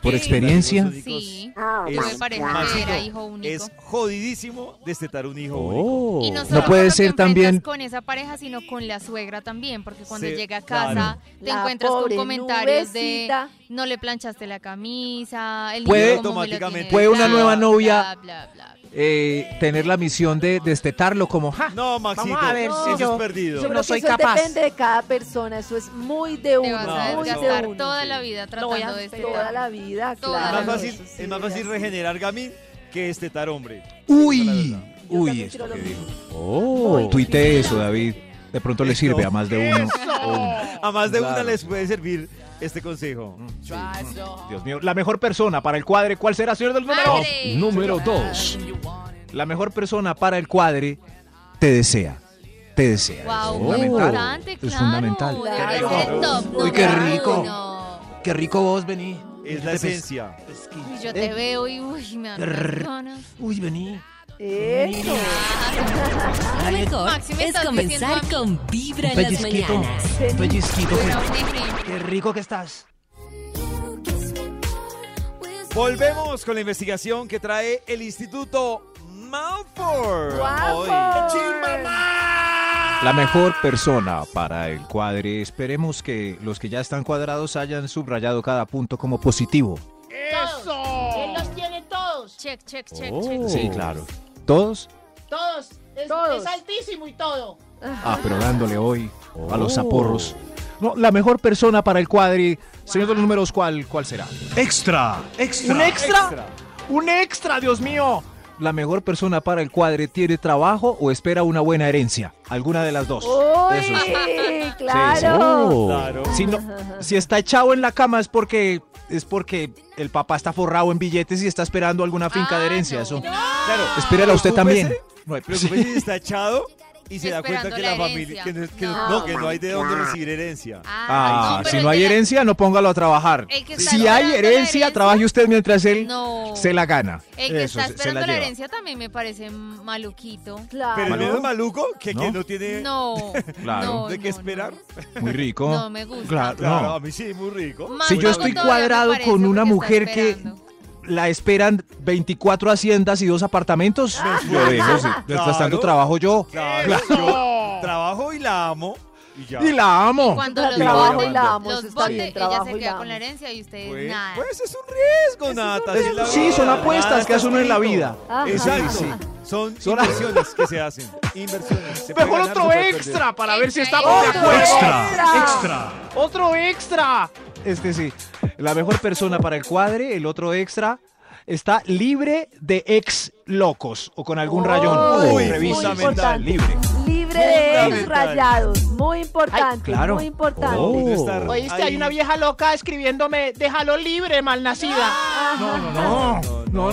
Speaker 4: Por experiencia.
Speaker 2: Hijos únicos
Speaker 3: Sí,
Speaker 2: es
Speaker 3: me parece que
Speaker 2: Maxito,
Speaker 3: era hijo único.
Speaker 2: Es jodidísimo destetar un
Speaker 4: Oh.
Speaker 2: hijo único.
Speaker 3: Y no, solo
Speaker 4: No puede
Speaker 3: con lo que
Speaker 4: ser
Speaker 3: enfrentas
Speaker 4: también-
Speaker 3: con esa pareja, sino con la suegra también, porque cuando
Speaker 2: Sí,
Speaker 3: llega a casa
Speaker 2: claro.
Speaker 3: te
Speaker 8: La
Speaker 3: encuentras con
Speaker 8: pobre
Speaker 3: comentarios
Speaker 8: nubecita.
Speaker 3: de no le planchaste la camisa, el niño cómo
Speaker 4: Puede-
Speaker 3: me lo
Speaker 2: Automáticamente.
Speaker 3: tiene
Speaker 4: Puede una
Speaker 3: dejado,
Speaker 4: nueva novia-
Speaker 3: bla, bla, bla.
Speaker 4: Eh, tener la misión de destetarlo como, ja,
Speaker 2: No, Maxito,
Speaker 6: Vamos a ver
Speaker 2: eso
Speaker 6: si
Speaker 2: es
Speaker 6: yo-
Speaker 2: perdido.
Speaker 6: yo
Speaker 8: Yo
Speaker 6: no
Speaker 8: creo que
Speaker 6: soy
Speaker 8: eso
Speaker 6: capaz.
Speaker 8: depende de cada persona. Eso es muy de
Speaker 3: Te
Speaker 8: uno.
Speaker 3: vas
Speaker 2: no,
Speaker 3: a
Speaker 2: no,
Speaker 8: muy
Speaker 3: desgastar
Speaker 8: de uno.
Speaker 3: toda la vida
Speaker 6: No voy a-
Speaker 3: tratando de este
Speaker 8: Toda la vida,
Speaker 3: Toda
Speaker 2: es
Speaker 3: la
Speaker 8: claro.
Speaker 2: más
Speaker 3: vida.
Speaker 2: fácil,
Speaker 8: Eso sí
Speaker 2: es más
Speaker 8: es
Speaker 2: fácil
Speaker 8: así.
Speaker 2: regenerar gamín que destetar hombre.
Speaker 4: uy,
Speaker 8: Yo
Speaker 4: uy,
Speaker 8: también
Speaker 4: esto
Speaker 8: creo
Speaker 4: que
Speaker 8: lo
Speaker 4: dijo.
Speaker 8: mismo.
Speaker 4: Oh, tuite eso, David. De pronto le sirve a más de uno. Oh,
Speaker 2: A más de una
Speaker 4: Claro.
Speaker 2: les puede servir este consejo.
Speaker 4: Dios mío, la mejor persona para el cuadre, ¿cuál será, señor del número?
Speaker 3: Madre.
Speaker 7: Número 2.
Speaker 4: La mejor persona para el cuadre te desea. Te desea.
Speaker 3: Wow,
Speaker 4: Oh, es
Speaker 3: muy
Speaker 4: fundamental.
Speaker 3: importante, claro.
Speaker 4: Es fundamental.
Speaker 3: debería
Speaker 8: Claro.
Speaker 3: ser top
Speaker 4: Uy, qué
Speaker 3: número
Speaker 4: rico.
Speaker 3: uno.
Speaker 4: Qué rico vos, vení.
Speaker 2: Es la
Speaker 4: Este pues
Speaker 2: esencia.
Speaker 3: Uy, Yo
Speaker 4: Eh.
Speaker 3: te veo y uy, me dan unas ganas.
Speaker 4: Uy, vení.
Speaker 8: Eso.
Speaker 1: Lo mejor
Speaker 3: Maxi, me
Speaker 1: es
Speaker 3: estás
Speaker 1: comenzar
Speaker 3: diciendo
Speaker 1: con Vibra en las mañanas.
Speaker 3: Bueno, dime.
Speaker 4: pues. Qué rico que estás.
Speaker 2: Volvemos con la investigación que trae el Instituto Malfour.
Speaker 8: Guapo.
Speaker 2: Hoy.
Speaker 4: La mejor persona para el cuadre. Esperemos que los que ya están cuadrados hayan subrayado cada punto como positivo.
Speaker 3: Check, check, check, check.
Speaker 4: Oh. Sí, claro. Todos
Speaker 9: Todos. Es,
Speaker 8: Todos.
Speaker 9: es altísimo y todo.
Speaker 4: Ah, pero dándole hoy a los zaporros. Oh. No, la mejor persona para el cuadri. Señor de los números, ¿cuál, cuál será?
Speaker 7: Extra.
Speaker 4: ¿Un extra? ¡Un extra, Dios mío! La mejor persona para el cuadre tiene trabajo o espera una buena herencia. Alguna de las dos. Eso es. Sí,
Speaker 8: Uy, claro.
Speaker 4: sí.
Speaker 7: Oh.
Speaker 2: Claro.
Speaker 4: Si, no- si está echado en la cama es porque es porque el papá está forrado en billetes y está esperando alguna finca
Speaker 3: Ah,
Speaker 4: de herencia. Eso.
Speaker 2: Claro.
Speaker 4: Espérela usted también.
Speaker 2: No hay preocupación, está echado y se da
Speaker 3: Esperando
Speaker 2: cuenta que
Speaker 3: la
Speaker 2: la familia que no,
Speaker 3: herencia.
Speaker 2: que no-
Speaker 3: No.
Speaker 2: no, que no hay de dónde recibir herencia.
Speaker 4: Ah,
Speaker 3: no, pero
Speaker 4: si no hay
Speaker 3: llega-
Speaker 4: herencia, no póngalo a trabajar.
Speaker 3: El que está
Speaker 4: Si
Speaker 3: esperando
Speaker 4: hay
Speaker 3: la
Speaker 4: herencia,
Speaker 3: herencia-
Speaker 4: trabaje usted mientras él
Speaker 3: No.
Speaker 4: se la gana.
Speaker 3: El que
Speaker 4: Eso,
Speaker 3: está
Speaker 4: se- se
Speaker 3: esperando la,
Speaker 4: lleva.
Speaker 3: herencia también me parece maluquito.
Speaker 2: Pero no
Speaker 8: Claro.
Speaker 2: es maluco que
Speaker 4: ¿No?
Speaker 2: quien no tiene
Speaker 3: No.
Speaker 4: Claro.
Speaker 3: no,
Speaker 2: de qué
Speaker 3: no,
Speaker 2: esperar.
Speaker 4: Muy rico.
Speaker 3: No, me gusta.
Speaker 4: Claro,
Speaker 2: Claro,
Speaker 4: no.
Speaker 2: a mí sí, muy rico.
Speaker 3: Más
Speaker 4: Si yo
Speaker 3: maluco
Speaker 4: estoy
Speaker 3: todavía me
Speaker 4: cuadrado
Speaker 3: parece
Speaker 4: con una
Speaker 3: porque está
Speaker 4: mujer que-
Speaker 3: esperando.
Speaker 4: La esperan 24 haciendas y dos apartamentos.
Speaker 3: Ah.
Speaker 4: Yo dejo, sí. Mientras
Speaker 2: Claro.
Speaker 4: tanto trabajo yo.
Speaker 2: Claro, yo trabajo y la amo y ya.
Speaker 4: Y la amo.
Speaker 3: Cuando
Speaker 8: Tra-
Speaker 3: los
Speaker 8: trabajo
Speaker 3: bote-
Speaker 8: y la amo, eso
Speaker 3: Los
Speaker 8: está
Speaker 3: bote,
Speaker 8: bien,
Speaker 3: ella
Speaker 8: trabajo
Speaker 3: se
Speaker 8: y
Speaker 3: queda
Speaker 8: la
Speaker 3: con la
Speaker 8: amo.
Speaker 3: herencia y ustedes
Speaker 2: Pues,
Speaker 3: nada.
Speaker 2: pues es un riesgo, Nata. es la
Speaker 4: Sí,
Speaker 2: vida.
Speaker 4: son apuestas
Speaker 2: Nada
Speaker 4: que hace uno en la
Speaker 2: escrito.
Speaker 4: vida.
Speaker 8: Ajá.
Speaker 2: Exacto.
Speaker 4: Sí, sí.
Speaker 2: Son,
Speaker 4: Son-
Speaker 2: inversiones que se hacen. Inversiones. Se puede
Speaker 6: Mejor
Speaker 2: ganar,
Speaker 6: otro
Speaker 2: se puede perder.
Speaker 6: extra para ver si
Speaker 3: Extra,
Speaker 6: estamos de
Speaker 3: extra.
Speaker 6: acuerdo.
Speaker 8: Extra.
Speaker 7: Extra.
Speaker 6: Otro extra.
Speaker 4: Este sí. La mejor persona para el cuadre, el otro extra, está libre de ex locos o con algún rayón.
Speaker 8: Uy,
Speaker 4: Revisa
Speaker 8: muy
Speaker 4: mental,
Speaker 8: importante.
Speaker 4: libre.
Speaker 8: Libre de ex
Speaker 2: Fundamental.
Speaker 8: rayados. Muy importante.
Speaker 4: claro.
Speaker 8: Muy importante.
Speaker 4: Oh.
Speaker 2: No estar
Speaker 6: Oíste,
Speaker 2: ahí.
Speaker 6: hay una vieja loca escribiéndome, déjalo libre, malnacida.
Speaker 4: No, no, no. No, no,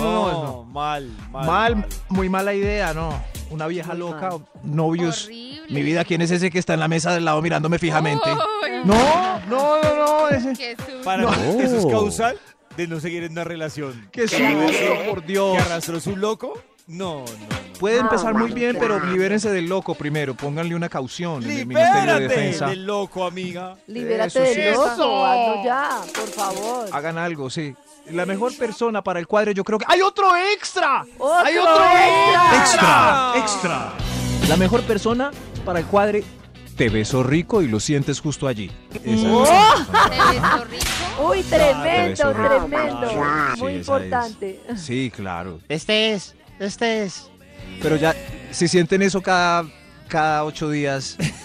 Speaker 4: no.
Speaker 2: Mal, mal.
Speaker 4: Mal, muy mala idea, no. Una vieja
Speaker 8: Muy
Speaker 4: loca, novios.
Speaker 3: Horrible.
Speaker 4: Mi vida, ¿quién es ese que está en la mesa del lado mirándome fijamente?
Speaker 3: Uy,
Speaker 4: No, no, no, no. ese-
Speaker 3: qué susto.
Speaker 2: Para
Speaker 4: No.
Speaker 2: mí, eso es causal de no seguir en una relación.
Speaker 4: Qué
Speaker 2: Que arrastró-
Speaker 4: susto, por
Speaker 2: Que
Speaker 4: Dios.
Speaker 2: arrastró su loco. No, no.
Speaker 4: Puede empezar muy bien, pero libérense del loco primero. Pónganle una caución
Speaker 2: no.
Speaker 4: en el Ministerio de
Speaker 2: Libérate
Speaker 4: Defensa.
Speaker 2: del loco, amiga.
Speaker 8: Libérate
Speaker 4: Eso sí
Speaker 8: del
Speaker 6: está.
Speaker 8: oso. Hazlo ya, por favor.
Speaker 4: Hagan algo, sí. La mejor persona para el cuadro, yo creo que. ¡Hay otro extra!
Speaker 8: ¡Otro
Speaker 4: ¡Hay otro
Speaker 8: extra!
Speaker 7: Extra. Extra.
Speaker 4: La mejor persona para el cuadre. Te besó rico y lo sientes justo allí. Esa-
Speaker 3: Te besó rico.
Speaker 8: Uy, tremendo,
Speaker 4: Claro, eso es
Speaker 8: tremendo.
Speaker 4: claro.
Speaker 8: Muy
Speaker 4: Sí, esa es.
Speaker 8: importante.
Speaker 4: Sí, claro.
Speaker 6: Este es, este es.
Speaker 4: Pero ya, si sienten eso cada, cada ocho días,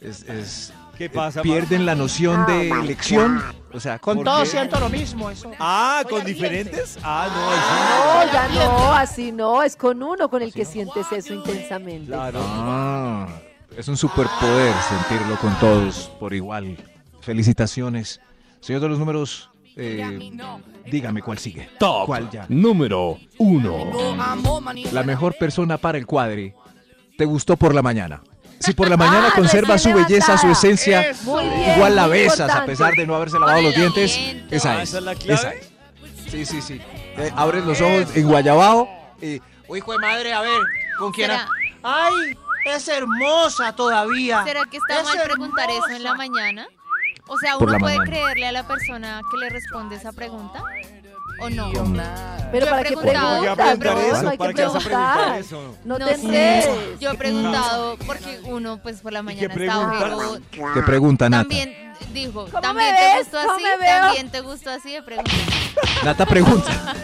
Speaker 4: es, es,
Speaker 2: ¿Qué pasa,
Speaker 4: pierden la noción de
Speaker 8: Ah,
Speaker 4: elección. O sea,
Speaker 6: Con
Speaker 4: ¿por
Speaker 6: todos
Speaker 4: qué?
Speaker 6: siento lo mismo, eso.
Speaker 2: Ah,
Speaker 9: Soy
Speaker 2: ¿con
Speaker 9: ardiente.
Speaker 2: diferentes? Ah, no, ahí
Speaker 8: No, ya no, así no, es con uno con el que sientes eso
Speaker 2: sí.
Speaker 8: intensamente.
Speaker 2: Claro.
Speaker 4: Ah, es un superpoder sentirlo con todos por igual. Felicitaciones. Señor de los números, eh, dígame cuál sigue.
Speaker 7: Top
Speaker 4: ¿Cuál ya?
Speaker 7: número uno.
Speaker 4: La mejor persona para el cuadre. ¿Te gustó por la mañana? Si por la mañana
Speaker 8: Ah,
Speaker 4: conserva su
Speaker 8: recién
Speaker 4: belleza, su
Speaker 8: levantada.
Speaker 4: esencia,
Speaker 8: Muy bien,
Speaker 4: igual la
Speaker 8: muy
Speaker 4: besas a
Speaker 8: importante.
Speaker 4: pesar de no haberse lavado los dientes,
Speaker 3: aliento.
Speaker 4: esa
Speaker 2: Ah,
Speaker 4: es.
Speaker 2: ¿esa es la clave?
Speaker 4: es. Sí, sí, sí. Eh, abres los ojos en guayabao y
Speaker 6: Oh, hijo de madre, a ver, ¿con quién?
Speaker 3: ¿Será,
Speaker 6: ¡Ay! Es hermosa
Speaker 8: Ah.
Speaker 6: todavía.
Speaker 3: será que está
Speaker 6: Es
Speaker 3: mal preguntar eso en la
Speaker 6: hermosa.
Speaker 3: mañana? O sea,
Speaker 4: Por
Speaker 3: ¿uno
Speaker 4: la
Speaker 3: puede
Speaker 4: mañana.
Speaker 3: creerle a la persona que le responde esa pregunta? ¿O no?
Speaker 8: Pero
Speaker 3: Yo he
Speaker 8: para qué
Speaker 3: preguntado,
Speaker 2: ¿Para qué
Speaker 8: preguntas,
Speaker 2: va a preguntar
Speaker 8: no,
Speaker 2: eso?
Speaker 8: no hay que
Speaker 2: ¿Para qué vas a preguntar
Speaker 8: preguntar.
Speaker 2: eso?
Speaker 8: No
Speaker 3: No
Speaker 8: te
Speaker 3: sé.
Speaker 8: enredes.
Speaker 3: Yo he preguntado, porque uno pues por la mañana está
Speaker 2: pregunta?
Speaker 3: ojero.
Speaker 4: te pregunta Nata.
Speaker 3: También, dijo,
Speaker 8: ¿Cómo
Speaker 3: también
Speaker 8: me
Speaker 3: te
Speaker 8: ves?
Speaker 3: gustó
Speaker 8: ¿Cómo
Speaker 3: así,
Speaker 8: me veo?
Speaker 3: también te gustó así de pregunta.
Speaker 4: Nata pregunta.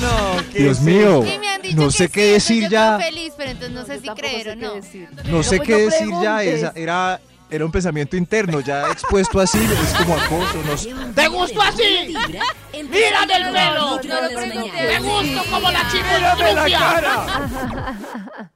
Speaker 2: No, ¿qué
Speaker 4: Dios
Speaker 2: es
Speaker 4: mío,
Speaker 3: Y me han dicho
Speaker 4: Oh, no
Speaker 3: que
Speaker 4: sé
Speaker 3: sí,
Speaker 4: qué decir
Speaker 3: entonces yo quedo
Speaker 4: ya.
Speaker 3: feliz, pero entonces no, sé
Speaker 8: yo
Speaker 3: si
Speaker 8: tampoco
Speaker 3: creer o
Speaker 8: qué
Speaker 3: no.
Speaker 8: decir.
Speaker 4: No sé
Speaker 8: pues
Speaker 4: qué
Speaker 8: no
Speaker 4: decir ya,
Speaker 8: preguntes.
Speaker 4: esa- era, era un pensamiento interno, ya expuesto así, es como acoso, no sé.
Speaker 1: ¡Te gusto así! ¡Mira
Speaker 9: del pelo!
Speaker 8: No lo
Speaker 9: Me
Speaker 8: pregunté.
Speaker 9: gusto como la
Speaker 3: chica.
Speaker 9: chimera
Speaker 2: la cara!